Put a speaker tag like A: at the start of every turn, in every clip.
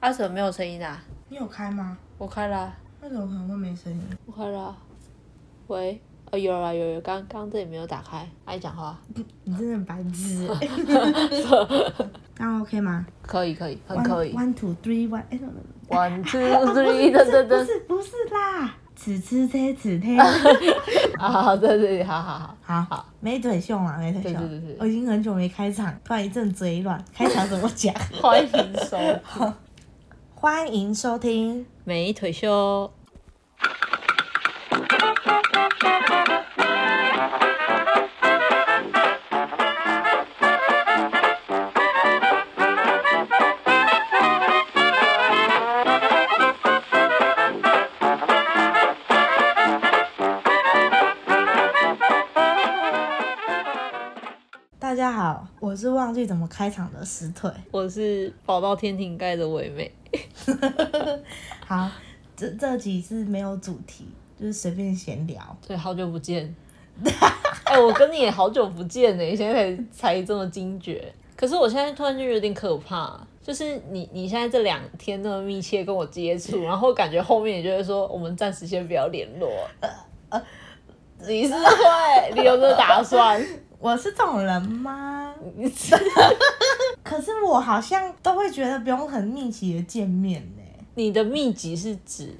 A: 啊，怎么没有声音啊？
B: 你有开吗？
A: 我开啊啦、
B: 那怎么可能会没声音？
A: 我开啦、喂，哦，有啦有有，刚刚这里没有打开，爱讲话，
B: 你真的白 痴、欸。这样 OK 吗？
A: 可以可以，很可以。
B: One two three one，哎、
A: One two
B: 不
A: three，
B: 是
A: 噔噔
B: 啊不
A: 噔，
B: 是不是啦，此吃这 此贴。
A: 啊，对对对，好好好，
B: 好，
A: 好
B: 没腿秀嘛，没腿秀。
A: 对对对对
B: 我已经很久没开场，突然一阵嘴 软，开场怎么讲？
A: 欢迎收听
B: 欢迎收听
A: 美腿秀。
B: 大家好，我是忘记怎么开场的石腿。
A: 我是宝到天庭盖的唯美，
B: 好，这这集是没有主题，就是随便闲聊。
A: 对，好久不见。 哎、我跟你也好久不见呢、现在才才这么惊觉。可是我现在突然就有点可怕，就是你你现在这两天那么密切跟我接触，然后感觉后面你就会说我们暂时先不要联络。你是会，你有这个打算？
B: 我是这种人吗？
A: 你是
B: 可是我好像都会觉得不用很密集的见面呢、
A: 你的密集是指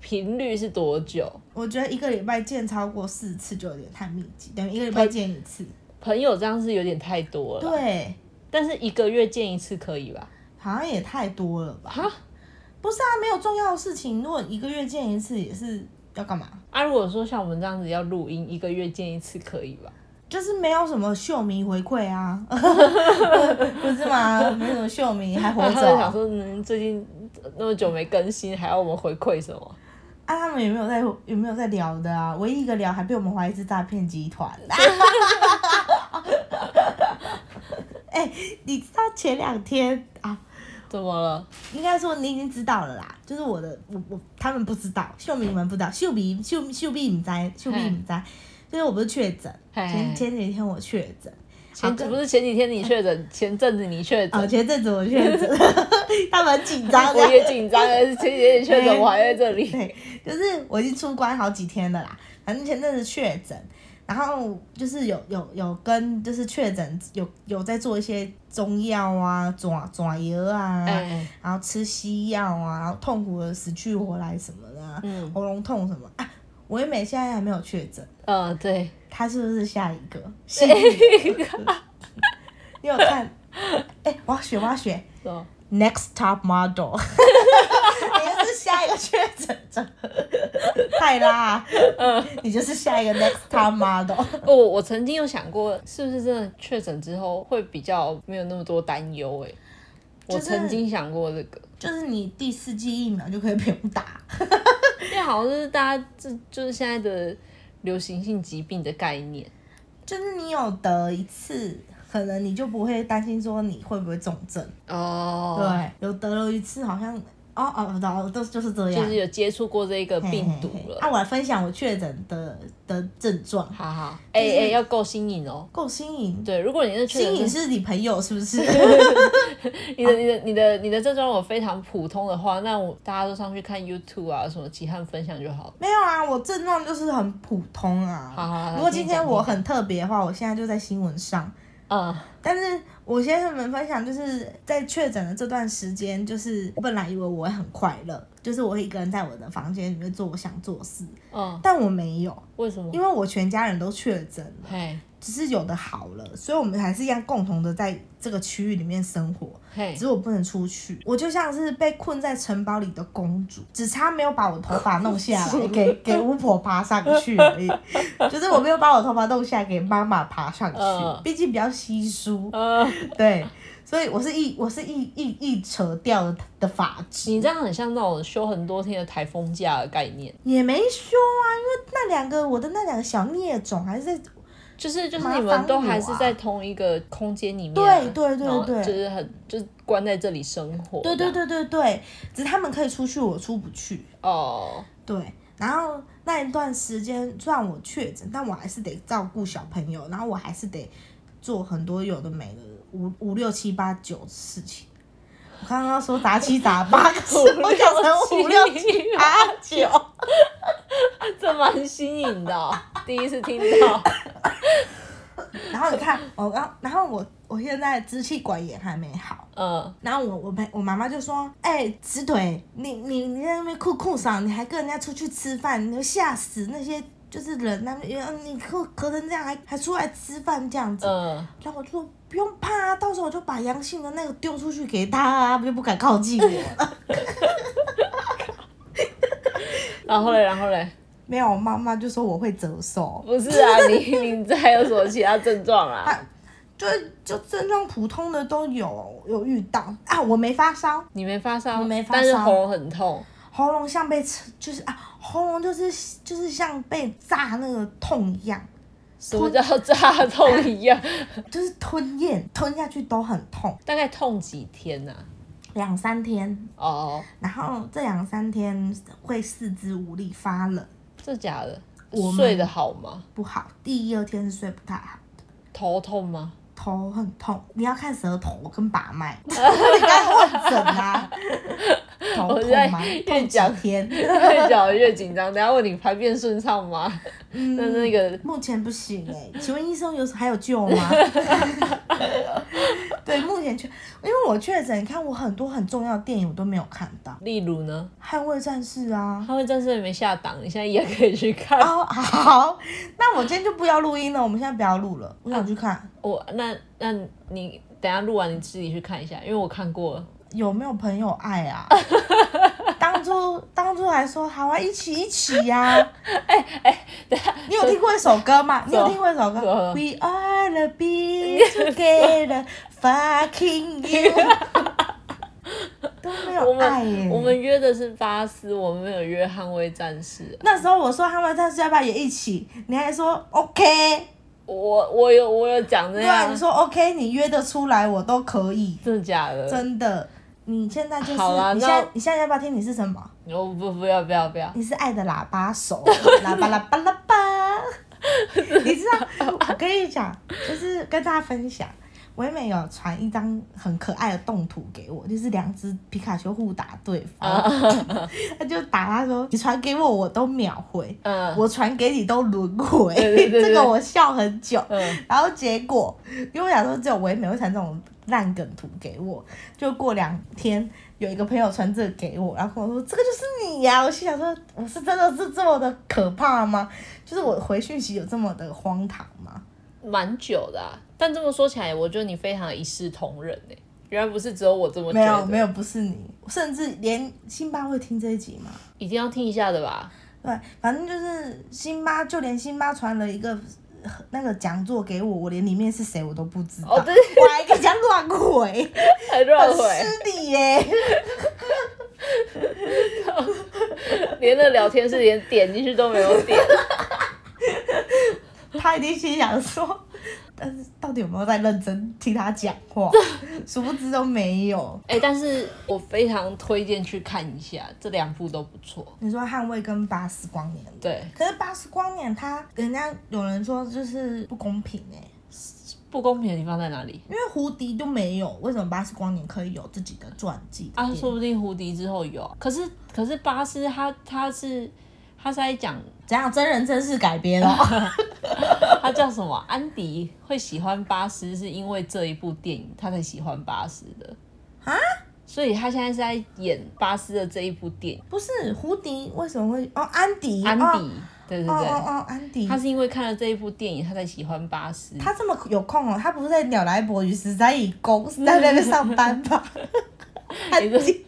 A: 频率是多久？
B: 我觉得一个礼拜见超过四次就有点太密集，等于一个礼拜见一次。
A: 朋友这样是有点太多了，
B: 对，
A: 但是一个月见一次可以吧？
B: 好像也太多了吧？
A: 哈，
B: 不是啊，没有重要的事情，如果一个月见一次也是要干嘛？
A: 啊，如果说像我们这样子要录音，一个月见一次可以吧？
B: 就是没有什么秀迷回馈啊， 不是吗？没什么秀迷还活
A: 然 后他就
B: 着
A: 想
B: 啊，
A: 说，嗯，最近那么久没更新，还要我们回馈什么？
B: 啊他们也没有在也没有在聊的啊，唯一一个聊还被我们怀疑是诈骗集团。 哎、你知道前两天啊，
A: 怎么了？
B: 应该说你已经知道了啦，就是我的我我他们不知道，秀明们不知道，秀比秀秀比你在秀比你在，就是我不是确诊，
A: 嘿
B: 前前几天我确诊，
A: 哎前
B: 跟
A: 不是前几天你确诊，前阵子你确
B: 哦
A: 诊，
B: 前阵子我确诊， 他们很紧张
A: 我
B: 的，
A: 也紧张，前几天你确 诊，我还在这里。
B: 对，就是我已经出关好几天了啦，反正前阵子确诊，然后就是有有有跟就是确诊有有在做一些中药啊、抓抓药啊，
A: 哎，
B: 然后吃西药啊，然后痛苦的死去活来什么的啊、
A: 嗯
B: 喉咙痛什么啊。唯美现在还没有确诊，
A: 嗯，对，
B: 她是不是下一 个？下一个，你有看？哎、我要学，我要学
A: 是吗？
B: Next Top Model，你就是下一个确诊者，嗯泰拉，你就是下一个 Next Top Model。
A: 我哦我曾经有想过，是不是真的确诊之后会比较没有那么多担忧？哎，我
B: 就是
A: 曾经想过这个，
B: 就是你第四剂疫苗就可以不用打，
A: 因为好像是大家这就是现在的流行性疾病的概念。
B: 就是你有得一次，可能你就不会担心说你会不会重症。
A: 哦，
B: 对，有得了一次，好像哦哦，然后都就是这样，
A: 就是有接触过这个
B: 嘿嘿
A: 病毒
B: 嘿
A: 了。
B: 啊，我来分享我确诊的的症状，
A: 好好，哎、哎、要够新颖哦。
B: 够新颖。
A: 对，如果你是确
B: 新
A: 诊
B: 颖
A: 是
B: 是你朋友是不是？
A: 你的、你的、你的、你的症状我非常普通的话，那我大家都上去看 YouTube 啊，什么其他分享就好了。
B: 没有啊，我症状就是很普通啊。
A: 好好好
B: 如果今
A: 听你讲
B: 天我很特别的话，我现在就在新闻上。
A: 嗯，
B: 但是我先跟你们分享，就是在确诊的这段时间，就是我本来以为我会很快乐，就是我会一个人在我的房间里面做我想做的事，
A: 嗯，
B: 但我没有，
A: 为什么？
B: 因为我全家人都确诊了。
A: 嘿，
B: 只是有的好了，所以我们还是一样共同的在这个区域里面生活。
A: 嘿
B: 只，是我不能出去，我就像是被困在城堡里的公主，只差没有把我头发弄下来，给给巫婆爬上去而已。就是我没有把我头发弄下来，给妈妈爬上去
A: 嗯，
B: 毕竟比较稀疏。
A: 呃，
B: 对，所以我是一我是一一一扯掉的的发质，
A: 你这样很像那种休很多天的台风假的概念，
B: 也没修啊，因为那两个我的那两个小孽种还是在
A: 就是就是
B: 麻烦
A: 你们都还
B: 我
A: 是
B: 啊
A: 在同一个空间里面啊、
B: 对对对
A: 然后
B: 对
A: 就是很就是关在这里生活，
B: 对对，对对对，只是他们可以出去，我出不去。
A: 哦，
B: 对，然后那一段时间虽然我确诊，但我还是得照顾小朋友，然后我还是得做很多有的没的五五六七八九的事情。我刚刚说杂七杂八，可是我讲成
A: 五
B: 五六
A: 六
B: 七
A: 七
B: 八九，
A: 这蛮新颖的 哦、第一次听到。
B: 然后你看我刚，然后我我现在支气管也还没好。
A: 嗯，
B: 然后我我朋我妈妈就说：“哎、直腿，你你你在那边哭哭嗓，你还跟人家出去吃饭，你就吓死那些就是人那边，呃你咳咳成这样还还出来吃饭这样子。
A: 嗯，
B: 然后我就说：“不用怕啊，到时候我就把阳性的那个丢出去给他啊，他就不敢靠近我了。
A: 然后嘞，然后嘞，”
B: 没有，我妈妈就说我会折寿，
A: 不是 啊，你你还有什么其他症状啊？
B: 就就症状普通的都有有遇到啊，我没发烧，
A: 你没发烧，
B: 我没发烧
A: 但是喉咙很痛。
B: 喉咙像被吃就是啊，喉咙就是就是像被炸那个痛一样。
A: 什么叫炸痛一样？
B: 就是吞咽，吞下去都很痛，
A: 大概痛几天呐、
B: 两三天，
A: 啊？哦，
B: 然后这两三天会四肢无力、发冷，
A: 这假的
B: 我？们
A: 睡得好吗？
B: 不好。第二天是睡不太好，
A: 头痛吗？
B: 头很痛，你要看舌头跟把脉，你该问诊啊。头
A: 我在
B: 痛吗？
A: 越
B: 痛
A: 讲
B: 几天？
A: 越讲越紧张。等一下问你排便顺畅吗？
B: 嗯
A: 那那个
B: 目前不行哎、请问医生有还有救吗？对，目前确，因为我确诊，你看我很多很重要的电影我都没有看到，
A: 例如呢，
B: 《捍卫战士》啊
A: 《，捍卫战士》也没下档，你现在也可以去看。
B: 哦，好，那我今天就不要录音了，我们现在不要录了，我想去看
A: 我那那你等一下录完你自己去看一下，因为我看过了。
B: 有没有朋友爱 啊。当初当初还说好啊，一起一起 呀、
A: 哎
B: 你有听过一首歌吗？你有听过一首歌
A: 什么
B: ？We are the be together, fucking you。都 没
A: 我
B: 有爱耶、
A: 们我们约的是巴斯，我们没有约捍卫战士。
B: 那时候我说他们但是要不要也一起，你还说 OK，
A: 我我有我有讲这
B: 对啊，
A: 样
B: 你，说 OK，你约得出来我都可以。
A: 真的假的？
B: 真的，你现在就是，
A: 好啦
B: 你
A: 那
B: 现在你现在要不要听？你是什么？
A: 我不不要不要不要，
B: 你是爱的喇 叭手，喇叭喇叭喇叭。 你知道，我跟你讲，就是跟大家分享，唯美有传一张很可爱的动图给我，就是两只皮卡丘互打对
A: 啊
B: 方， 他就打他说：“你传给我，我都秒回；
A: 嗯
B: 我传给你都轮回。
A: 对对对对
B: 这个我笑很久。
A: 嗯，
B: 然后结果，因为我想说只有唯美会传这种烂梗图给我，就过两天有一个朋友传这个给我，然后跟我说这个就是你呀、我心想说我是真的是这么的可怕吗？就是我回讯息有这么的荒唐吗？
A: 蛮久的、啊。但这么说起来，我觉得你非常一视同仁诶、原来不是只有我这么觉
B: 没有
A: 得，
B: 没有，不是你，甚至连辛巴会听这一集吗？
A: 一定要听一下的吧？
B: 对，反正就是辛巴，就连辛巴传了一个呃那个讲座给我，我连里面是谁我都不知道，
A: 哦对
B: 我还给人家乱回，
A: 还乱
B: 很
A: 回，
B: 失礼耶。
A: 连那聊天室连点进去都没有点。
B: 他一定心想说，但是到底有没有在认真听他讲话？ 殊不知都没有。
A: 哎、但是我非常推荐去看一下，这两部都不错。
B: 你说捍卫跟巴斯光年，
A: 对，
B: 可是巴斯光年他人家有人说就是不公平哎、
A: 不公平的地方在哪里？
B: 因为胡迪就没有，为什么巴斯光年可以有自己的传记？
A: 啊，说不定胡迪之后有啊，可是可是巴斯他他是他是在讲
B: 怎样真人真事改编哦？
A: 他叫什么 啊？安迪会喜欢巴斯，是因为这一部电影他才喜欢巴斯的
B: 啊。
A: 所以他现在是在演巴斯的这一部电影，
B: 不是胡迪为什么会哦？安迪，
A: 安
B: 哦
A: 迪，对对
B: 哦哦
A: 对，
B: 哦，安迪，
A: 他
B: 他
A: 是因为看了这一部电影，他才喜欢巴斯。
B: 他这么有空哦，他不是在鸟来伯与十三姨公在那边上班 吧？安
A: 你
B: 迪，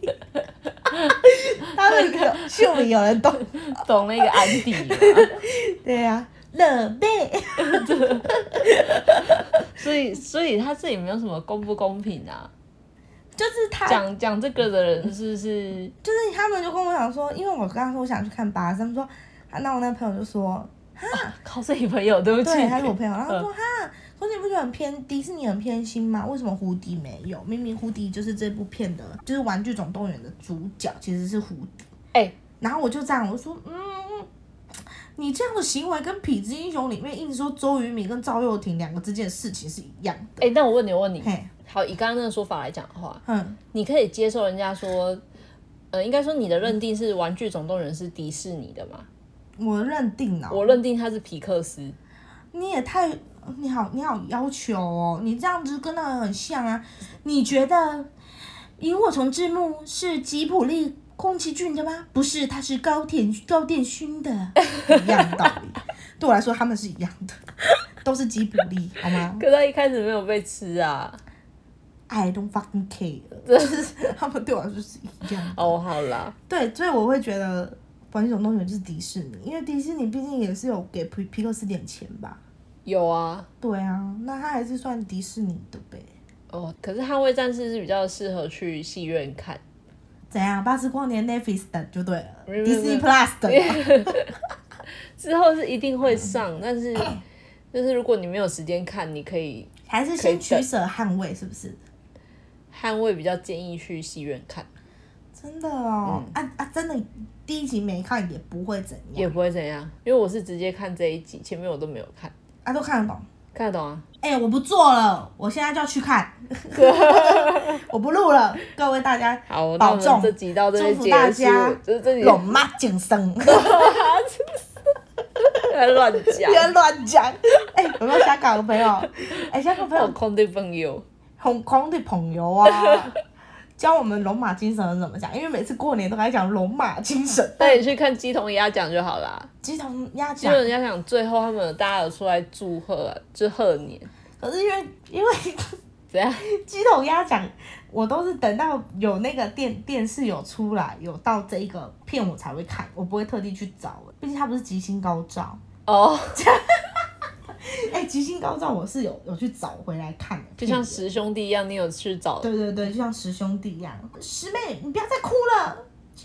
B: 他们有秀明有人懂，
A: 懂那个安迪吗？
B: 对呀、乐贝，
A: 所以所以他这里没有什么公不公平 啊。
B: 就是他，
A: 讲讲这个的人是不是？
B: 就是他们就跟我讲说，因为我刚刚说我想去看巴斯，他们说，啊那我那朋友就说，
A: 靠，是你朋友，对不起。嗯
B: 对，他是我朋友，然后他说哈，可是你不觉得很偏迪士尼很偏心吗？为什么胡迪没有？明明胡迪就是这部片的，就是《玩具总动员》的主角，其实是胡迪。
A: 哎、
B: 然后我就这样，我说嗯。你这样的行为跟《痞子英雄》里面硬说周渝民跟赵又廷两个之间的事情是一样的。
A: 哎、那我问你，我问你，《
B: 嘿，
A: 好以刚刚那个说法来讲的话，
B: 嗯，
A: 你可以接受人家说，呃，应该说你的认定是《玩具总动员》是迪士尼的嘛？
B: 我认定了。
A: 我认定它是皮克斯，
B: 你也太，你好，你好要求哦，你这样子跟那个很像啊。你觉得萤火虫之墓是吉卜力宫崎骏的吗？不是，它是高田高田勋的，一样的道理。对我来说，他们是一样的，都是吉卜力，好吗
A: 可它一开始没有被吃啊。
B: ？I don't fucking care，就是 他们对我来说是一样的。
A: 哦，好啦，
B: 对，所以我会觉得《玩具总动员》就是迪士尼，因为迪士尼毕竟也是有给皮皮克斯点钱吧。
A: 有啊。
B: 对啊，那它还是算迪士尼的呗。
A: 哦，可是《捍卫战士》是比较适合去戏院看，
B: 怎样？巴斯光年 Netflix 的就对了
A: 没有
B: ，Disney
A: 没有
B: Plus 的吧。
A: 之后是一定会上，但是就是如果你没有时间看，你可以
B: 还是先取舍捍卫，是不是？
A: 捍卫比较建议去戏院看，
B: 真的哦，啊啊，真的第一集没看也不会怎
A: 嗯也
B: 样，
A: 不会怎样，因为我是直接看这一集，前面我都没有看，
B: 啊都看得懂。
A: 看得懂啊？
B: 哎、我不做了，我现在就要 去看，我不录了，各位大家
A: 好，那
B: 保
A: 我们
B: 重
A: 这，集到这边
B: 祝福
A: 结
B: 大
A: 束
B: 家，
A: 就是这集
B: 龙妈健 身，
A: 乱讲
B: 不，要乱讲。哎、有没有香港的朋友？哎、香港朋
A: 我
B: 友，
A: 空对朋友，
B: 红空的朋友 啊。教我们龙马精神怎么讲，因为每次过年都来讲龙马精神，
A: 带你去看鸡同鸭讲就好啦。
B: 鸡同鸭
A: 鸡
B: 讲
A: 同，鸭讲最后他们大家有出来祝贺、啊，就贺年，
B: 可是因为因为
A: 怎样？
B: 鸡同鸭讲，我都是等到有那个电电视有出来，有到这一个片我才会看，我不会特地去找，毕竟它不是吉星高照。
A: 哦，
B: 哎、吉星高照我是有有去找回来看的，
A: 就像
B: 片
A: 十兄弟一样，你有去找
B: 对对对，就像十兄弟一样，师妹你不要再哭了，叫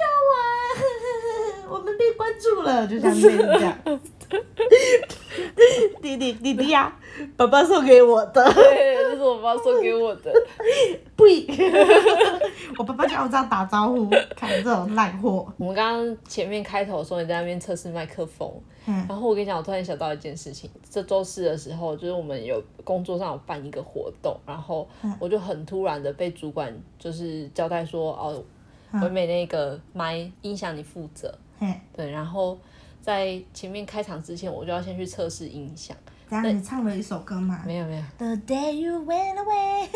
B: 我，我们被关注了，就像这样。 弟弟弟弟呀、爸爸送给我的。
A: 对，这是我妈送给我的。
B: 呸！ 我爸爸叫我这样打招呼，看这种烂货。
A: 我们刚刚前面开头的时候，你在那边测试麦克风，
B: 嗯
A: 然后我跟你讲，我突然想到一件事情，这周四的时候，就是我们有工作上有办一个活动，然后
B: 嗯
A: 我就很突然的被主管就是交代说，哦，
B: 嗯
A: 唯美那个麦音响你负责，
B: 嘿，
A: 对，然后在前面开场之前，我就要先去测试音响，
B: 这样你唱了一首歌吗
A: 没有没有，
B: ？The day you went away，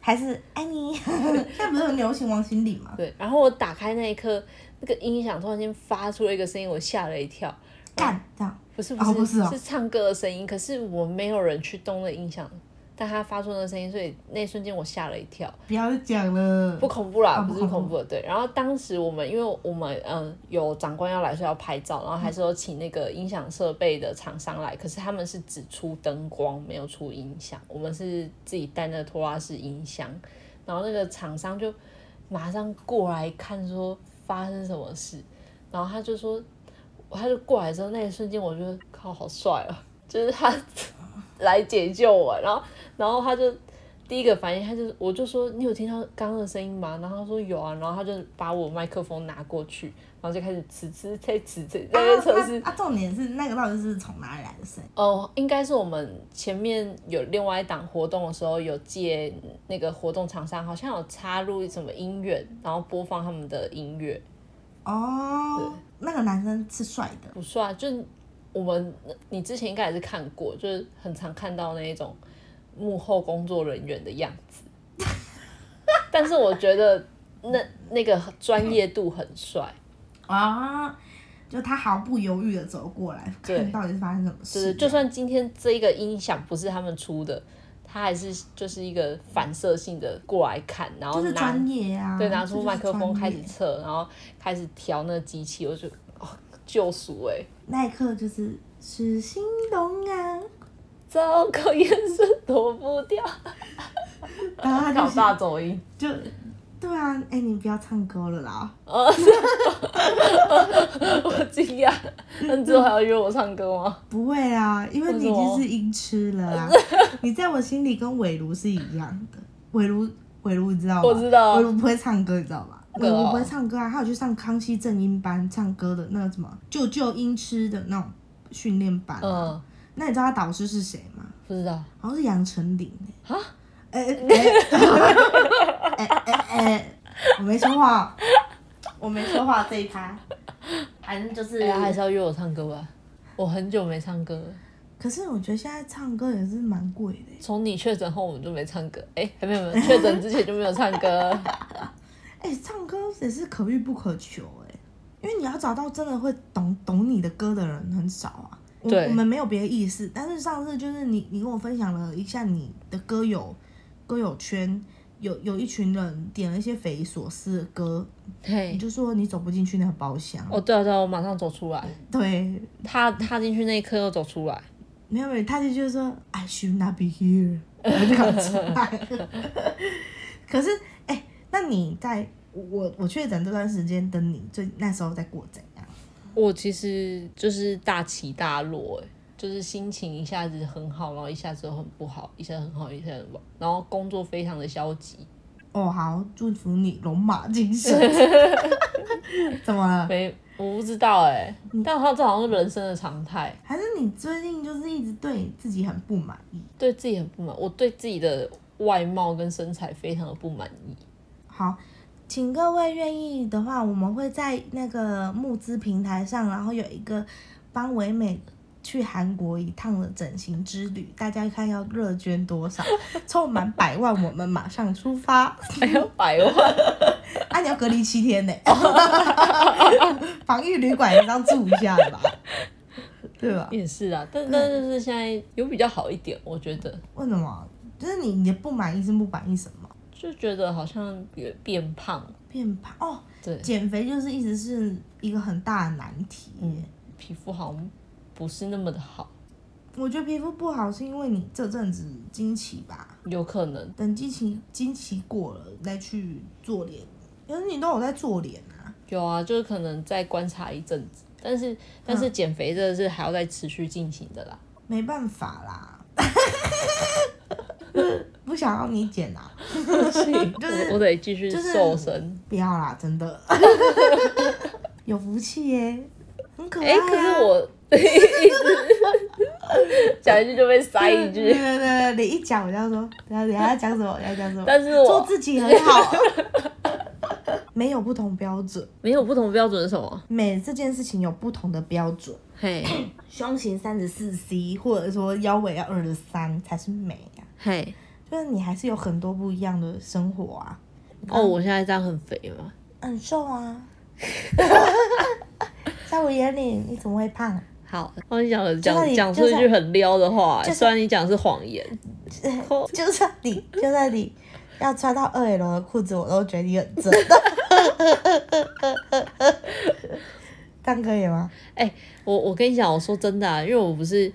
B: 还 是爱你？ 现在不是很流行王心凌吗？
A: 对，然后我打开那一刻，那个音响突然间发出了一个声音，我吓了一跳，
B: 干这样，
A: 不是
B: 哦
A: 不是、
B: 不是哦
A: 唱歌的声音，可是我没有人去动那音响，但它发出那声音，所以那一瞬间我吓了一跳，
B: 不要再讲了
A: 不。恐怖啦，
B: 哦
A: 不
B: 不
A: 是
B: 恐
A: 恐怖的，对。然后当时我们因为我们嗯、呃有长官要来，所以要拍照，然后还是有请那个音响设备的厂商来，可是他们是只出灯光，没有出音响，我们是自己带那个拖拉式音箱，然后那个厂商就马上过来看说发生什么事，然后他就说，他就过来之后那一瞬间，我觉得靠好帅哦，就是他来解救我，然后然后他就第一个反应，他就我就说你有听到刚刚的声音吗？然后他说有啊，然后他就把我麦克风拿过去，然后就开始呲呲在呲呲在那边测试
B: 啊，那啊重点是那个到底是从哪里来的声音？
A: 哦，应该是我们前面有另外一档活动的时候，有借那个活动厂商好像有插入什么音乐，然后播放他们的音乐，
B: 哦，那个男生是帅的，
A: 不算，就是我们你之前应该也是看过，就是很常看到那一种幕后工作人员的样子， 但是我觉得那那个专业度很帅，
B: 啊，就他毫不犹豫的走过来，
A: 对
B: 看到底是啊发生什么
A: 就
B: 事
A: 是。就算今天这一个音响不是他们出的，他还是就是一个反射性的过来看，然后
B: 就是
A: 拿
B: 专业啊，
A: 对，
B: 这
A: 拿
B: 就
A: 出
B: 是
A: 麦克风
B: 专
A: 开
B: 业
A: 始测，然后开始调那个机器，我就哦救赎哎、欸，
B: 那一刻就是是心动啊，
A: 糟糕，眼神躲不掉，
B: 然后他 就
A: 搞
B: 是
A: 大走音。
B: 就对啊，哎、你不要唱歌了啦，
A: 哦， 我惊讶，那你之后还要约我唱歌吗？
B: 不会啊，因为
A: 为
B: 你
A: 什
B: 已经
A: 么
B: 是音痴 了啊，你在我心里跟伟如是一样的，伟如伟如你知道吗？
A: 我知道
B: 伟如不会唱歌，你知道吗？
A: 不
B: 伟
A: 知道
B: 如不会唱歌啊，他有去上康熙正音班唱歌的那个什么救救音痴的那种训练班、啊。
A: 嗯，
B: 那你知道他导师是谁吗？
A: 不知道
B: 好像是杨丞琳、欸、
A: 啊，
B: 哎 哎哎哎哎，我没说话，我没说话这一趴，反正就是。
A: 哎、他还是要约我唱歌吧？我很久没唱歌了，
B: 可是我觉得现在唱歌也是蛮贵的欸耶，
A: 从你确诊后我们就没唱歌。哎、还没有没有，确诊之前就没有唱歌。
B: 哎、唱歌也是可遇不可求哎，因为你要找到真的会懂懂你的歌的人很少啊。我
A: 对
B: 我们没有别的意思，但是上次就是你你跟我分享了一下你的歌友歌友圈。有有一群人点了一些匪夷所思的歌，你
A: 嘿，
B: 就说你走不进去那个包厢。
A: 哦对啊对啊，我马上走出来，
B: 对，
A: 踏踏进去那一刻又走出来。
B: 没有没有，他就就是说 I should not be here，我 就赶出来。 可是，哎、那你在我我确诊这段时间的你，最那时候在过怎样？
A: 我其实就是大起大落、欸，就是心情一下子很好，然后一下子又很不好，一下子很好，一下子很不好，然后工作非常的消极，
B: 哦，好，祝福你龙马精神。怎么了？
A: 没我不知道哎、欸，但好像这好像是人生的常态，
B: 还是你最近就是一直对自己很不满意？
A: 对自己很不满，我对自己的外貌跟身材非常的不满意。
B: 好，请各位愿意的话，我们会在那个募资平台上，然后有一个帮唯美去韩国一趟的整形之旅，大家看要热捐多少，凑满百万，我们马上出发。
A: 还有哎百万，
B: 啊，你要隔离七天呢、防疫旅馆也要住一下的吧，对吧？
A: 也是啊，但但就是现在有比较好一点，我觉得
B: 为什么？就是你你的不满意是不满意什么？
A: 就觉得好像变变胖，
B: 变胖哦，
A: 对，
B: 减肥就是一直是一个很大的难题耶、
A: 嗯，皮肤好像不是那么的好，
B: 我觉得皮肤不好是因为你这阵子经期吧，
A: 有可能。
B: 等经期经期过了再去做脸，可是你都有在做脸啊。
A: 有啊，就是可能再观察一阵子，但是但是减肥真的是还要再持续进行的啦。
B: 没办法啦， 不想要你减啊，
A: 我我得继续
B: 就是
A: 瘦 身。
B: 不要啦，真的， 有福气耶、很可爱、
A: 哎、
B: 啊。
A: 可是我 一直讲一句就被塞一句，
B: 对对对，你一讲我就要说，等下等下要讲什么，等下讲什么。
A: 但是我
B: 做自己很好，没有不同标准，
A: 没有不同标准是什么？
B: 美这件事情有不同的标准。
A: 嘿，
B: 胸型三十四 C，或者说腰围要二十三才是美啊。
A: 嘿，
B: 就是你还是有很多不一样的生活啊，
A: 哦，我现在这样很肥吗？
B: 很瘦啊。在我眼里，你怎么会胖？
A: 好，我哦你讲了
B: 就算
A: 讲
B: 你
A: 讲出一
B: 就
A: 句
B: 算
A: 很撩的话、
B: 就算
A: 虽然你讲是谎言，哦
B: 就算你，就算你要穿到二 L 的裤子，我都觉得你很 正。这样可以吗？
A: 我我跟你讲，我说真的、啊，因为我不是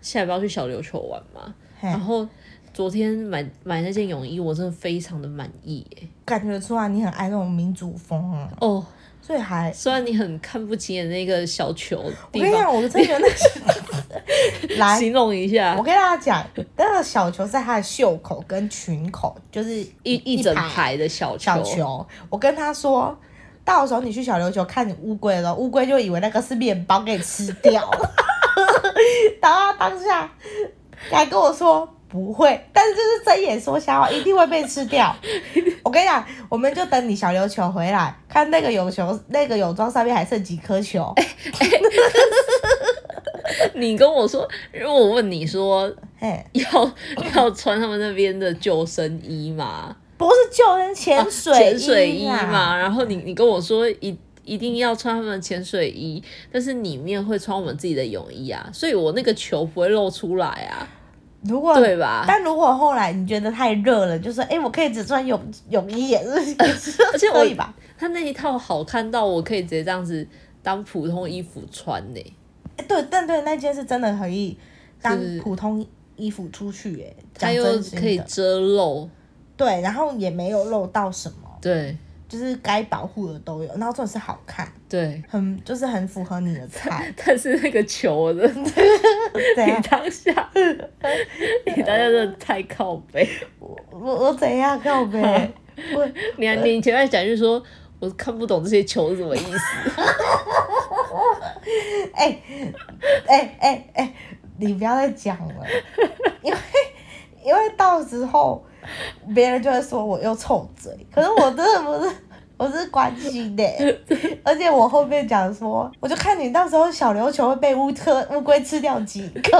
A: 下礼拜要去小琉球玩嘛，
B: 嘿
A: 然后昨天买买那件泳衣，我真的非常的满意耶。
B: 感觉出来你很爱那种民族风啊，
A: 哦，
B: 所以还
A: 虽然你很看不起眼那个小球
B: 我
A: 地
B: 跟你
A: 方，
B: 讲，我真的觉得那是来
A: 形容一
B: 我
A: 下，
B: 跟大家讲，那个小球在她的袖口跟裙口，就是
A: 一
B: 一
A: 整
B: 排
A: 排的小球，
B: 小球。我跟她说，到时候你去小琉球看你乌龟的时候，乌龟就以为那个是面包，给你吃掉。 然后她当下还跟我说不会，但是就是睁眼说瞎话，一定会被吃 掉。我跟你讲，我们就等你小琉球回来，看那个泳球，那个泳装上面还剩几颗球。
A: 哎你跟我说，因为我问你说
B: 嘿，
A: 要 要穿他们那边的救生衣嘛，
B: 不是救生潜水
A: 啊
B: 衣、啊
A: 潜水衣嘛，然后你你跟我说一。一定要穿他们的潜水衣，但是里面会穿我们自己的泳衣啊，所以我那个球不会露出来啊，
B: 如果
A: 对吧？
B: 但如果后来你觉得太热了，就说哎、诶我可以只穿泳泳衣也是，
A: 而且我
B: 可以吧？
A: 他那一套好看到我可以直接这样子当普通衣服穿呢、
B: 诶对，但对那件是真的可以当
A: 是
B: 普通衣服出去耶、
A: 它
B: 讲
A: 又
B: 真心
A: 可以
B: 的
A: 遮漏，
B: 对，然后也没有漏到什么，
A: 对
B: 就是该保护的都有，然后真的是好看，
A: 对。。
B: 很就是很符合你的菜
A: 但是那个球，我真的，
B: 对啊
A: 你，当 下，你当下真的太靠背。
B: 我我我怎样告 白？我
A: 你还你前面讲就是说，我看不懂这些球是什么意思。
B: 哎哎哎哎，你不要再讲了，因为因为到时候别人就会说我又臭嘴，可是我真的不是，我是关心的，而且我后面讲说，我就看你到时候小琉球会被乌车乌龟吃掉几颗。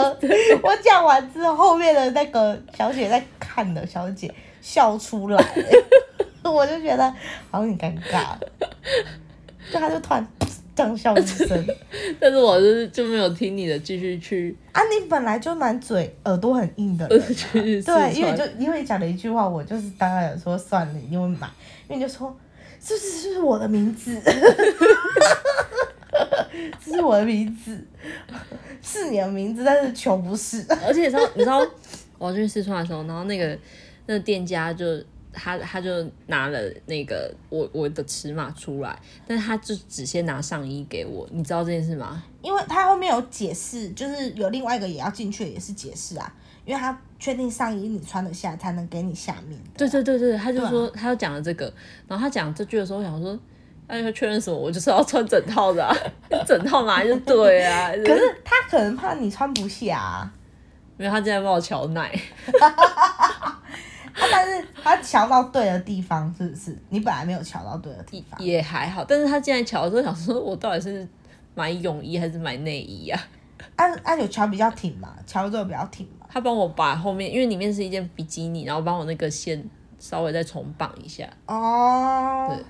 B: 我讲完之后，后面的那个小姐在看的小姐笑出来，我就觉得好像很尴尬，就她就突然这样笑出声。
A: 但是我就是就没有听你的，继续去，
B: 啊，你本来就蛮嘴耳朵很硬的人
A: 呃去四
B: 对，因为
A: 川
B: 就因为讲了一句话，我就是当然有说算了，因为买，因为你就说是不是是不是我的名字？ 这是我的名字，是你的名字，但是球不是。
A: 而且你知道，你知道我去四川的时候，然后那个那个店家就他他就拿了那个我我的尺码出来，但是他就只先拿上衣给我，你知道这件事吗？
B: 因为他后面有解释，就是有另外一个也要进去，也是解释啊，因为他确定上衣你穿得下，才能给你下面的。
A: 对对对对，他就
B: 啊
A: 说、他就讲了这个，然后他讲这句的时候，我想说。那要确认什么？我就是要穿整套的、啊， 整套拿就对啊。
B: 可是他可能怕你穿不下啊，
A: 没有，他竟然帮我瞧奶，
B: 啊但是他瞧到对的地方，是不是？你本来没有瞧到对的地方。
A: 也还好。但是他竟然瞧的时候，想说我到底是买泳衣还是买内衣啊？
B: 啊啊，有桥比较挺嘛，桥就比较挺嘛。
A: 他帮我把后面，因为里面是一件比基尼，然后帮我那个线稍微再重绑一下，
B: 哦
A: 对，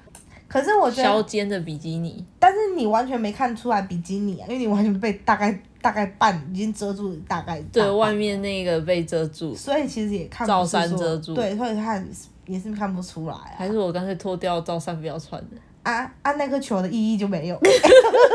B: 可是我觉
A: 削
B: 得，
A: 肩的比基尼。
B: 但是你完全没看出来比基尼啊，因为你完全被大概大概半已经遮住大概大
A: 对，
B: 半
A: 外，面那个被遮住，
B: 所以其实也看不
A: 罩
B: 是
A: 衫
B: 说
A: 遮住
B: 对，所以看也是看不出来啊
A: 还是我干脆脱掉罩衫不要穿的，
B: 啊啊，那个球的意义就没有，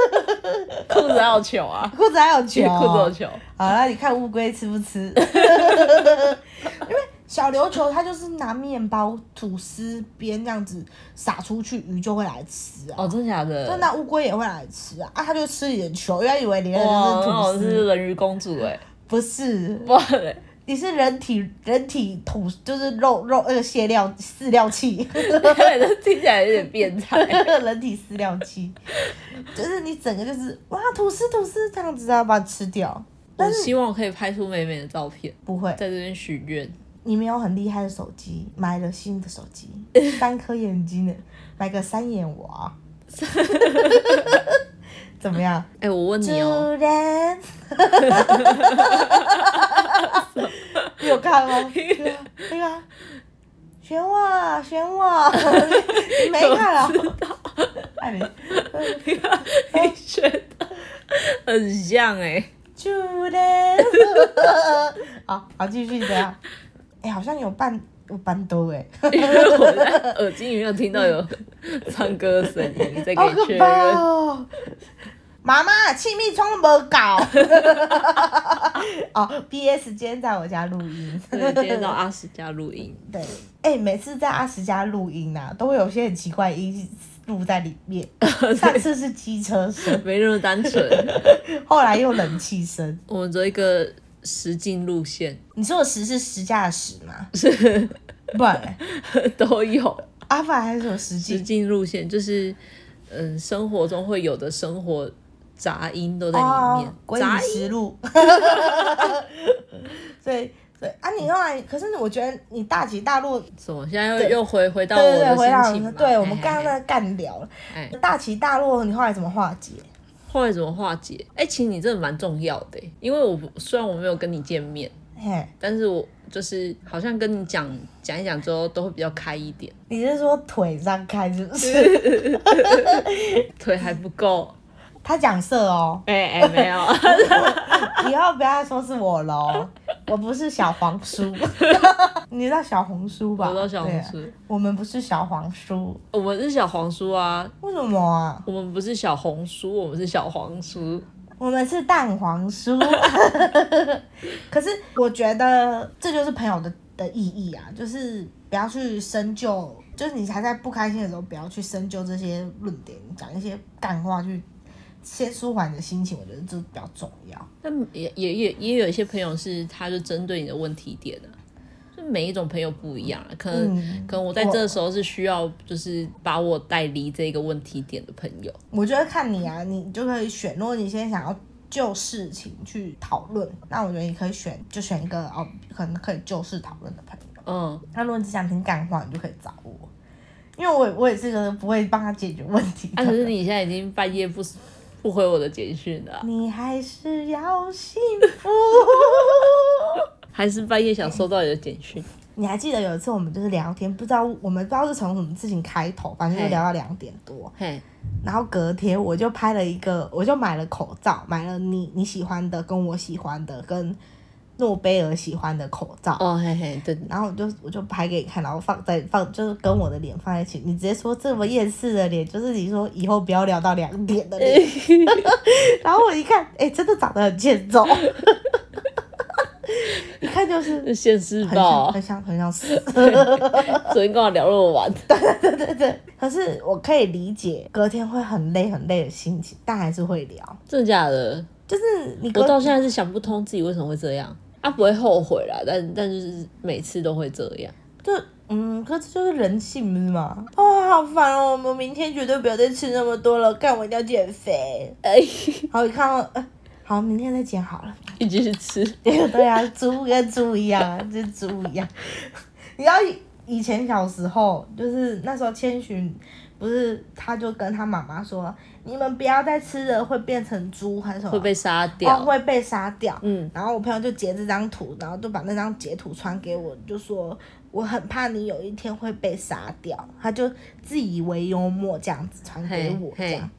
A: 裤子还有球啊，
B: 裤子还有球，
A: 裤子有球，
B: 好了，你看乌龟吃不吃？ 因为小琉球它就是拿面包、吐司边这样子撒出去，鱼就会来吃啊。
A: 哦，真的假的？
B: 但那乌龟也会来吃啊，啊，它就吃你的球，因为它以为你的
A: 哇，
B: 就是
A: 那我
B: 吐司，
A: 是人鱼公主哎、
B: 不是，
A: 哇 嘞，
B: 你是人体人体吐，就是肉肉那个饲料饲料器，
A: 这听起来有点变 态。
B: 人体饲料器，就是你整个就是哇吐司吐司这样子啊，把它吃掉。
A: 我希望我可以拍出美美的照片，
B: 不会，
A: 在这边许愿。
B: 你没有很厉害的手机，买了新的手机，三颗眼睛的，买个三眼娃，怎么样？
A: 哎、我问
B: 主
A: 你哦、
B: 人，你有看吗？对啊，对啊，选我，选我，你没看啊？哎爱你，
A: 你觉得很像哎、
B: 主人，好好继续这样。哎、好像有半有半多哎、
A: 因为我在耳机里面有听到有唱歌的声音，再给
B: 好
A: 你
B: 可
A: 确
B: 怕
A: 认。
B: 哦！ 妈妈，气密窗都没搞。 哦，P.S. 今天在我家录音。
A: 对，今天到阿十家录音，
B: 对，哎、每次在阿石家录音啊，都会有些很奇怪的音录在里 面。上次是机车声，
A: 没那么单纯。
B: 后来又冷气声。
A: 我们走一个实境路线，
B: 你说的石是石架的石吗？是，不然嘞
A: 都有
B: 阿法还是有石
A: 实
B: 境
A: 境路线，就是嗯，生活中会有的生活杂音都在里
B: 哦
A: 面，。
B: 鬼影
A: 杂音
B: 实录。 对对啊，你后来可是我觉得你大起大落
A: 什么？现在又
B: 对
A: 又回回到我
B: 对对对，
A: 的
B: 回到
A: 心
B: 我
A: 情嘛
B: 们对我们
A: 哎
B: 刚刚那个干聊了，
A: 哎，哎
B: 大起大落，你后来怎么化解？
A: 后来怎么化解？哎，其实你真的蛮重要的，因为我不虽然我没有跟你见面。
B: 嘿，
A: 但是我就是好像跟你讲讲一讲之后，都会比较开一点，
B: 你是说腿张开是不 是？
A: 腿还不够。
B: 他讲色哦，
A: 哎、 哎、没 有，
B: 以后不要再说是我喽，我不是小黄 书，你知道小红书吧？
A: 我到小红书哦
B: 对啊，我们不是小黄书，
A: 我们是小黄书啊，
B: 为什么啊？
A: 我们不是小红书，我们是小黄书。
B: 我们是蛋黄酥， 可是我觉得这就是朋友的的意义啊，就是不要去深究，就是你还在不开心的时候，不要去深究这些论点，讲一些干话去先舒缓你的心情，我觉得这比较重要。
A: 但也也也也有一些朋友是，他就针对你的问题点啊，就每一种朋友不一样啊。可能、
B: 嗯
A: 可能我在这时候是需要，就是把我带离这个问题点的朋友。
B: 我觉得看你啊，你就可以选，如果你现在想要。就事情去讨论，那我觉得你可以选，就选一个哦，可能可以就事讨论的朋友。
A: 嗯，
B: 那如果你只想听干话，你就可以找我，因为我也我也是个不会帮他解决问题的
A: 啊，可
B: 人。
A: 是你现在已经半夜不不回我的简讯了啊、
B: 你还是要幸 福。
A: 还是半夜想收到你的简讯？
B: 你还记得有一次我们就是聊天，不知道我们不知道是从什么事情开头，反正就
A: 嘿
B: 聊到两点多，
A: 嘿，
B: 然后隔天我就拍了一个，我就买了口罩，买了你你喜欢的跟我喜欢的跟诺贝尔喜欢的口罩，
A: 哦，嘿嘿，对，
B: 然后我就我就拍给你看，然后放在放就是跟我的脸放在一起，你直接说这么厌世的脸，就是你说以后不要聊到两点的脸。然后我一看，哎、真的长得很欠揍， 一看就是
A: 是 现世
B: 很像
A: 报
B: 很，像很像死。
A: 昨天跟我聊那么晚，
B: 对对，可是我可以理解隔天会很累很累的心情，但还是会聊。
A: 真的假的？
B: 就是你隔
A: 我到现在是想不通自己为什么会这样。啊，不会后悔啦，但但就是每次都会这样。
B: 就嗯，可是这就是人性，不是吗？哦，好烦哦！我们明天绝对不要再吃那么多了，干我一定要减肥。
A: 哎，
B: 然后一看到，呃，好，明天再减好了。
A: 你继续吃，
B: 对啊，猪跟猪一样，就是猪一样。你知道以以前小时候，就是那时候千寻，不是他就跟他妈妈说，你们不要再吃了，会变成猪还是什么？
A: 会被杀
B: 哦、
A: 掉。
B: 会被杀掉。
A: 嗯，
B: 然后我朋友就截这张图，然后就把那张截图传给我，就说我很怕你有一天会被杀掉。他就自以为幽默这样子传给
A: 嘿
B: 我这
A: 嘿
B: 样，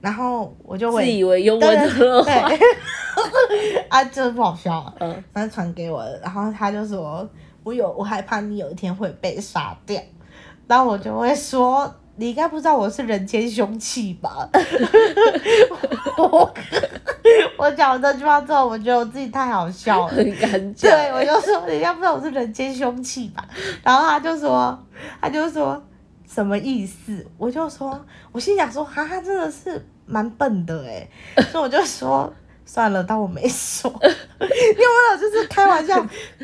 B: 然后我就
A: 自
B: 会
A: 以为幽默
B: 对
A: 的话，
B: 对， 啊，这不好笑、啊。
A: 嗯，
B: 然后传给我，然后他就说我有我害怕你有一天会被杀掉，然后我就会说。你应该不知道我是人间凶器吧？ 我 我讲完这句话之后，我觉得我自己太好笑了，
A: 很敢讲。
B: 对，我就说人家不知道我是人间凶器吧，然后他就说，他就说什么意思？我就说，我心想说，哈，他真的是蛮笨的哎、所以我就说算了，当我没说。你有没有就是开玩笑，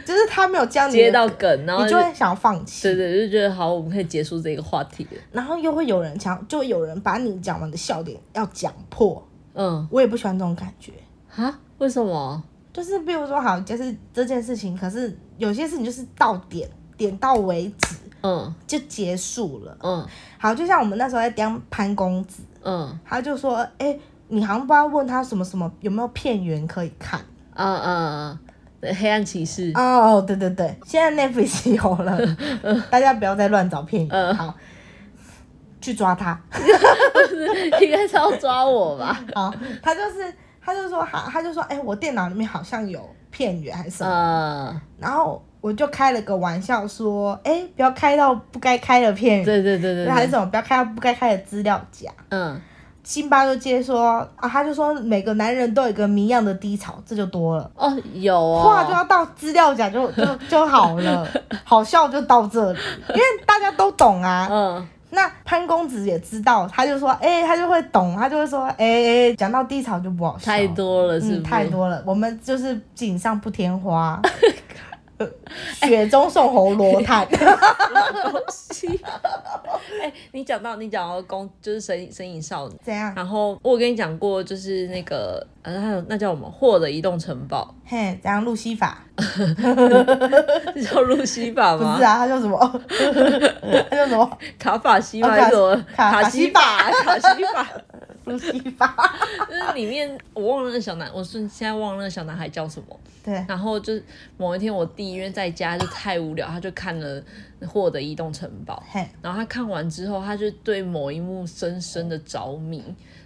B: 就是他没有教你的
A: 接到，梗，然后
B: 你就会想放弃，
A: 对对，就觉得好，我们可以结束这个话题了。
B: 然后又会有人讲，就会有人把你讲完的笑点要讲破，
A: 嗯，
B: 我也不喜欢这种感觉。
A: 啊，为什么？
B: 就是比如说好，就是这件事情，可是有些事情就是到点，点到为止
A: 嗯
B: 就结束了。
A: 嗯
B: 好，就像我们那时候在当潘公子，
A: 嗯
B: 他就说，哎、你好像不知道问他什么什么有没有片源可以看。
A: 啊啊啊！黑暗骑士，
B: 哦，对对对，现在 Netflix 有了，大家不要再乱找片源。
A: 嗯
B: 好，去抓他。
A: 应该是要抓我吧？
B: 好，他就是他就说，好，他就说，哎、我电脑里面好像有片源还是什么。
A: 啊，
B: 然后我就开了个玩笑说，哎、不要开到不该开的片源，
A: 对对对对
B: 还是
A: 对，
B: 什么不要开到不该开的资料夹。
A: 嗯，
B: 辛巴就接说啊，他就说每个男人都有一个谜样的低潮，这就多了。
A: 哦，有哦，
B: 话就要到资料夹就就就好 了，好笑就到这里，因为大家都懂啊。
A: 嗯
B: 那潘公子也知道，他就说，哎、他就会懂，他就会说，哎、哎、讲到低潮就不好笑，
A: 太多了，是
B: 嗯，
A: 不
B: 太
A: 是？
B: 多了，我们就是锦上不添花， 呃雪中送红罗 汉。
A: 东西。 哎，你讲到你讲到公就是神神隐少女，
B: 怎样？
A: 然后我有跟你讲过，就是那个呃，还有那叫什么霍的移动城堡，
B: 嘿，怎样？路西法？
A: 这叫路西法
B: 不
A: 吗？
B: 是啊，他叫什么？ 他叫什么？
A: 卡法西
B: 哦
A: 吗？
B: 卡
A: 还是什么
B: 卡卡西
A: 西法？卡西法，
B: 路西法。
A: 就是里面我忘了那个小男，我瞬现在忘了那个小男孩叫什么。
B: 对，
A: 然后就是某一天我弟因为在家就太无聊，他就看了《霍的移动城堡》，
B: 嘿，
A: 然后他看完之后，他就对某一幕深深的着迷。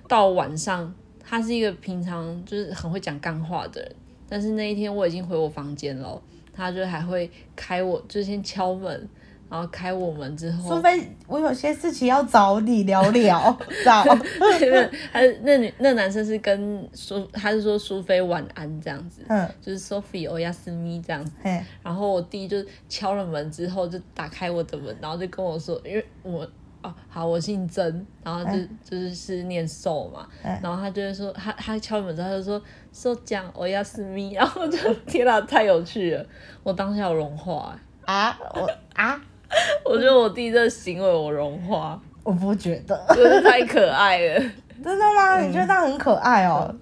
A: 到晚上，他是一个平常就是很会讲干话的人，但是那一天我已经回我房间了，他就还会开我，就先敲门，然后开我门之后
B: 除，非我有些事情要找你聊 聊，知道？
A: 对，他是 那女那男生是跟苏，他是说苏菲晚安这样子，
B: 嗯，
A: 就是 Sophie 欧亚斯咪这样子。
B: 嘿，
A: 然后我弟就敲了门之后，就打开我的门，然后就跟我说，因为我哦好，我姓曾，然后就、哎就是是念寿嘛，哎
B: 嗯
A: 然后他就会说他他敲门之后他就说寿讲欧亚斯咪，然后我就天哪、太有趣了，我当下有融化、
B: 啊，我啊，
A: 欸我觉得我弟这个行为我融化，
B: 我不觉得，
A: 真的太可爱了。
B: 真的吗？你觉得他很可爱哦？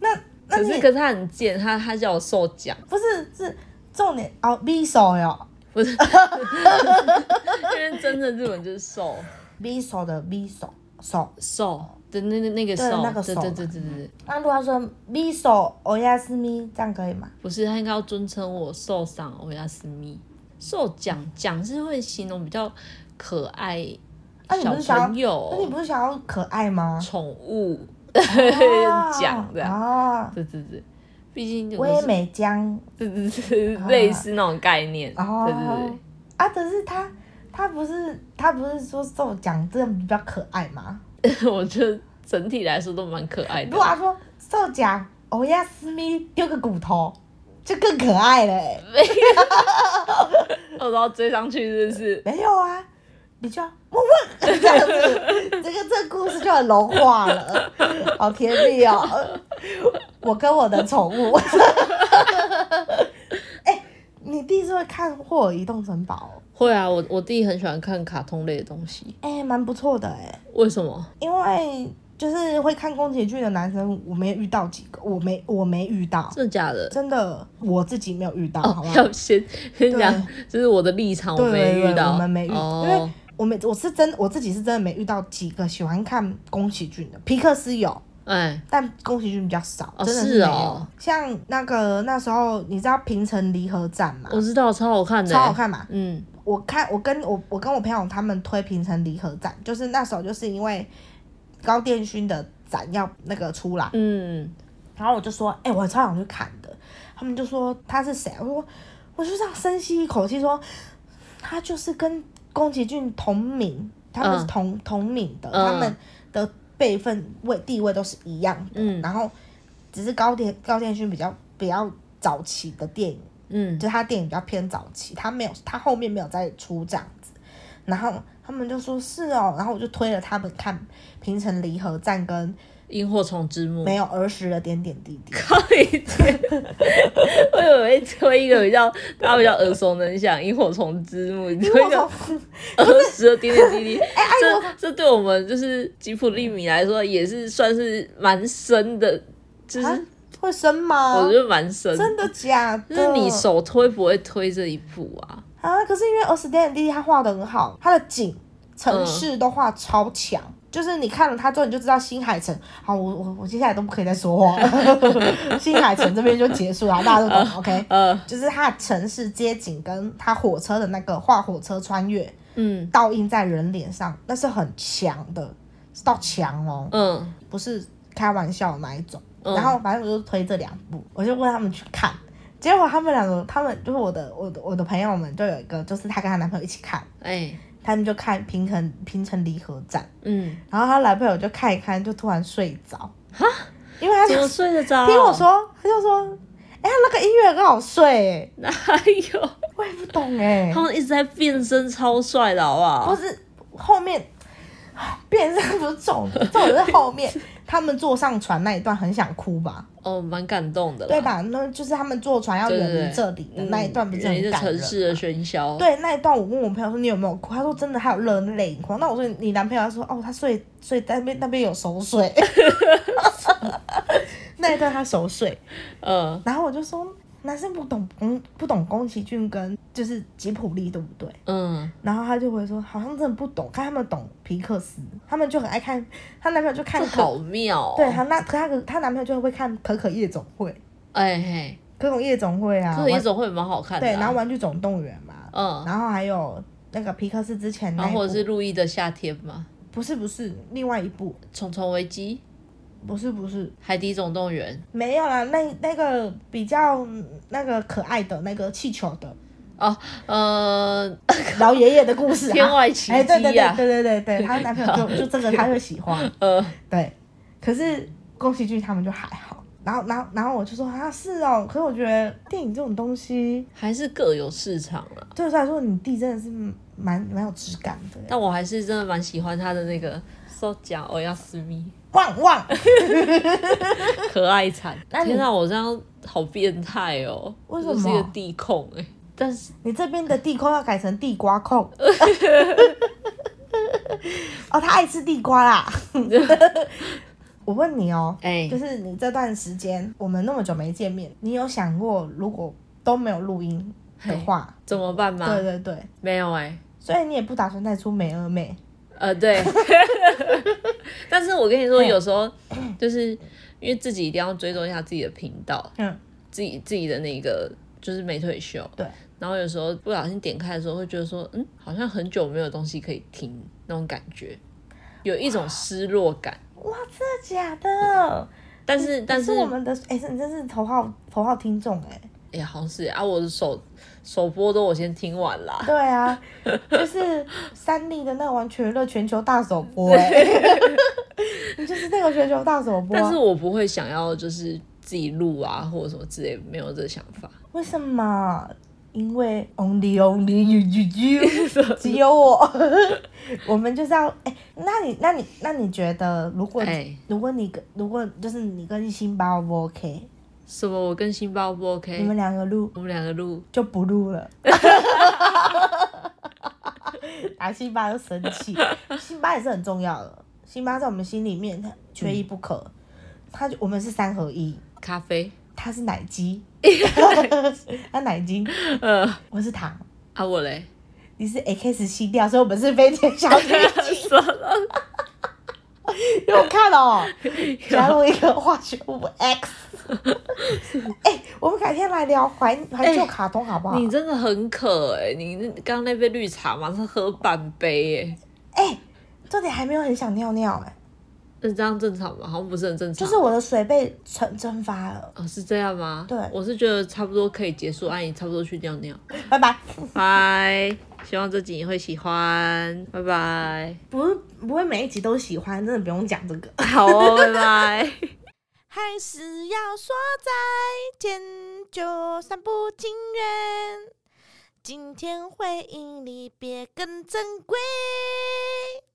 B: 那那
A: 可
B: 你
A: 是可是他很贱，他他叫我受奖。
B: 不是是重点哦，匕首哟，
A: 不是，因为真的日文就是 瘦
B: v 手的 v 手手。
A: 瘦的那那那个
B: 对
A: 瘦，
B: 那个
A: 对
B: 瘦
A: 对对对对对，
B: 那如果他说 v 手欧亚斯咪，这样可以吗？
A: 不是他应该要尊称我受伤欧亚斯密，受奖奖是会形容比较可爱
B: 啊，你
A: 小
B: 不是想
A: 朋
B: 要，那你
A: 友、
B: 不是想要可爱吗？
A: 宠物
B: 啊
A: 奖这样，
B: 啊，
A: 对对对，毕竟我
B: 威
A: 们是
B: 美江
A: 对对对类似那种概念，
B: 啊哦
A: 对对对。
B: 啊，可是他他不是他不是说受奖真的比较可爱吗？
A: 我觉得整体来说都蛮可爱
B: 如
A: 的
B: 果。他说哦受奖欧亚斯咪丢个骨头，就更可爱了、欸。
A: 我然后追上去是不是？
B: 没有啊，你就汪汪 这样子，这个这个故事就很融化了， 好甜蜜哦。我跟我的宠物， 哎、你弟是会看《霍尔移动城堡》哦？
A: 会啊，我我弟很喜欢看卡通类的东西。
B: 哎、蛮不错的哎、
A: 为什么？
B: 因为就是会看宫崎骏的男生，我没遇到几个，我没我没遇到，
A: 真的假的？
B: 真的我自己没有遇到，好
A: 哦
B: 不，好？
A: 要 先先讲，就是我的立场，我
B: 对
A: 没
B: 对
A: 遇
B: 对，
A: 到，
B: 我们没遇，因为
A: 哦，
B: 我们我是真我自己是真的没遇到几个喜欢看宫崎骏的，皮克斯有。
A: 哎，
B: 但宫崎骏比较少，
A: 哦
B: 真的
A: 是
B: 没有。
A: 哦
B: 像那个那时候，你知道平城离合战嘛？
A: 我知道，超好看的，
B: 超好，看嘛！
A: 嗯，
B: 我看我跟我我跟我朋友他们推平城离合战，就是那时候就是因为高电勋的展要那个出来，
A: 嗯，
B: 然后我就说，哎、我超想去看的。他们就说他是谁啊？我说，我就这样深吸一口气说，他就是跟宫崎骏同名，他们是
A: 嗯
B: 同、同名的，
A: 嗯
B: 他们的辈分位地位都是一样的。
A: 嗯
B: 然后只是高田高田勋比较比较早期的电影，
A: 嗯，
B: 就他电影比较偏早期，他没有他后面没有再出这样子。然后他们就说是哦，然后我就推了他们看《平成离合战》跟
A: 萤火虫之墓，
B: 没有儿时的点点滴滴。
A: 靠一点， 我以为推一个比较大家比较耳熟能详，萤火虫之墓，你推
B: 因为
A: 一个
B: 我
A: 儿时的点点滴滴，
B: 哎哎我
A: 这这对我们就是吉普利米来说也是算是蛮深的，就是
B: 啊会生吗？
A: 我觉得蛮深，
B: 真的假的？
A: 就是你首推不会推这一步啊，
B: 啊！可是因为《二十点点弟弟》他画的很好，他的景、城市都画超强。就是你看了他之后，你就知道新海诚。好，我我我接下来都不可以再说 话了，新海诚这边就结束了，大家都懂。OK，
A: 呃，
B: 就是他的城市街景跟他火车的那个画火车穿越
A: 嗯
B: 倒映在人脸上，那是很强的，是到强哦。
A: 嗯
B: 不是开玩笑的那一种。
A: 嗯
B: 然后反正我就推这两部，我就问他们去看，结果他们两个，他们就是我的我的我的朋友们，就有一个就是她跟她男朋友一起看，
A: 哎、
B: 他们就看《平衡平衡离合战
A: 嗯》，，
B: 然后她男朋友就看一看，就突然睡着，哈，因为他
A: 怎
B: 就
A: 么睡得着？
B: 听我，说，他就说，哎、呀，那个音乐很好睡、欸，
A: 哪有？
B: 我也不懂哎、
A: 他们一直在变身，超帅的好不好？
B: 不是后面。 变身不是重点，重点是后面 他们坐上船那一段很想哭吧？
A: 哦，蛮感动的啦，
B: 对吧？那就是他们坐船要
A: 对？对
B: 远
A: 对嗯
B: 离这里的那一段，不是
A: 远离
B: 很
A: 这
B: 感
A: 城
B: 人？
A: 市的喧嚣，，
B: 对那一段，我问我朋友说你有没有哭，他说真的，还有热泪盈眶。那我说你男朋友，他说哦，他睡睡在那边那边有熟睡， 那一段他熟睡。
A: 嗯
B: 然后我就说男生不懂宫不懂宫崎骏跟就是吉普力对不对？
A: 嗯，
B: 然后他就会说好像真的不懂，看他们懂皮克斯，他们就很爱看，她男朋友就看
A: 这
B: 可，
A: 好妙、哦，
B: 对，她那她她男朋友就会看可可夜总会，
A: 哎、嘿，
B: 可可夜总会啊，
A: 可是
B: 玩
A: 夜总会蛮好看的、啊，
B: 对，然后《玩具总动员》嘛，
A: 嗯，
B: 然后还有那个皮克斯之前那
A: 然
B: 一
A: 后
B: 部，
A: 啊或者是路易的夏天嘛，
B: 不是不是另外一部，
A: 《虫虫危机》
B: 不是不是
A: 《海底总动员
B: 没有啦，那那个比较嗯那个可爱的那个气球 的》
A: 哦，呃，
B: 老爷爷的故事、啊，
A: 天外奇
B: 哎、对对
A: 迹啊
B: 对
A: 呀、
B: 对对对对，她男朋友 就就这个他会喜欢，
A: 呃，
B: 对，可是宫崎骏他们就还好。然后，然后，然后我就说啊，是哦。可是我觉得电影这种东西，
A: 还是各有市场啊。
B: 对我来说，你弟真的是蛮蛮有质感的。
A: 但我还是真的蛮喜欢他的那个手奖
B: 哦
A: 欧亚斯密，
B: 旺旺，
A: 可爱惨。
B: 那你
A: 天啊，我这样好变态哦！
B: 为什
A: 我
B: 么
A: 就是一个地控哎、但是
B: 你这边的地控要改成地瓜 控。哦，他爱吃地瓜 啦。我问你哦，
A: 哎、
B: 就是你这段时间我们那么久没见面，你有想过如果都没有录音，的话，
A: 怎么办吗？
B: 对对对，
A: 没有哎、
B: 所以你也不打算带出美而美，
A: 呃， 对。但是我跟你说，
B: 嘿
A: 有时候就是因为自己一定要追踪一下自己的频道，
B: 嗯，
A: 自己自己的那个就是美腿秀。
B: 对。
A: 然后有时候不小心点开的时候，会觉得说，嗯，好像很久没有东西可以听那种感觉，有一种失落感。
B: 真的假的？
A: 但是但
B: 你
A: 是
B: 我们的哎、你真是头号头号听众哎、
A: 哎、好像是啊，我的首首播都我先听完啦。
B: 对啊，就是三立的那个完全乐全球大首 播哎、你 就是那个全球大首播啊，
A: 但是我不会想要就是自己录啊，或者什么之类，没有这想法。
B: 为什么？因为 only only you you you 只有我， 我们就是要哎、那你那你那你觉得，如果、
A: 哎
B: 如果你跟如果就是你跟辛巴 O 不 OK，、
A: 什么？我跟辛巴不 OK？
B: 你们两个录
A: 我们两个录，
B: 就不录了。 打辛巴就生气，辛巴也是很重要的，辛巴在我们心里面它缺一不可，它就我们是三合一，
A: 咖啡，
B: 它是奶鸡， 它奶精，
A: 呃
B: 我是糖。
A: 啊我 嘞，
B: 你是 X 系调，所以我们是飞天小女警。你有看哦，加入一个化学物 X。哎、我们改天来聊怀怀旧卡通好不好？
A: 你真的很渴哎、你那刚刚那杯绿茶马上喝半杯哎、
B: 哎、重点还没有很想尿尿哎、
A: 那这样正常吗？好像不是很正常。
B: 就是我的水被蒸蒸发了，
A: 哦，是这样吗？
B: 对
A: 我是觉得差不多可以结束，阿姨差不多去尿 尿，
B: 拜拜。
A: 拜。希望这集你会喜欢，拜拜。
B: 不是不会每一集都喜欢，真的不用讲这个。
A: 好哦，拜拜。
B: 还是要说再见，就算不情愿，今天回忆里别更珍贵。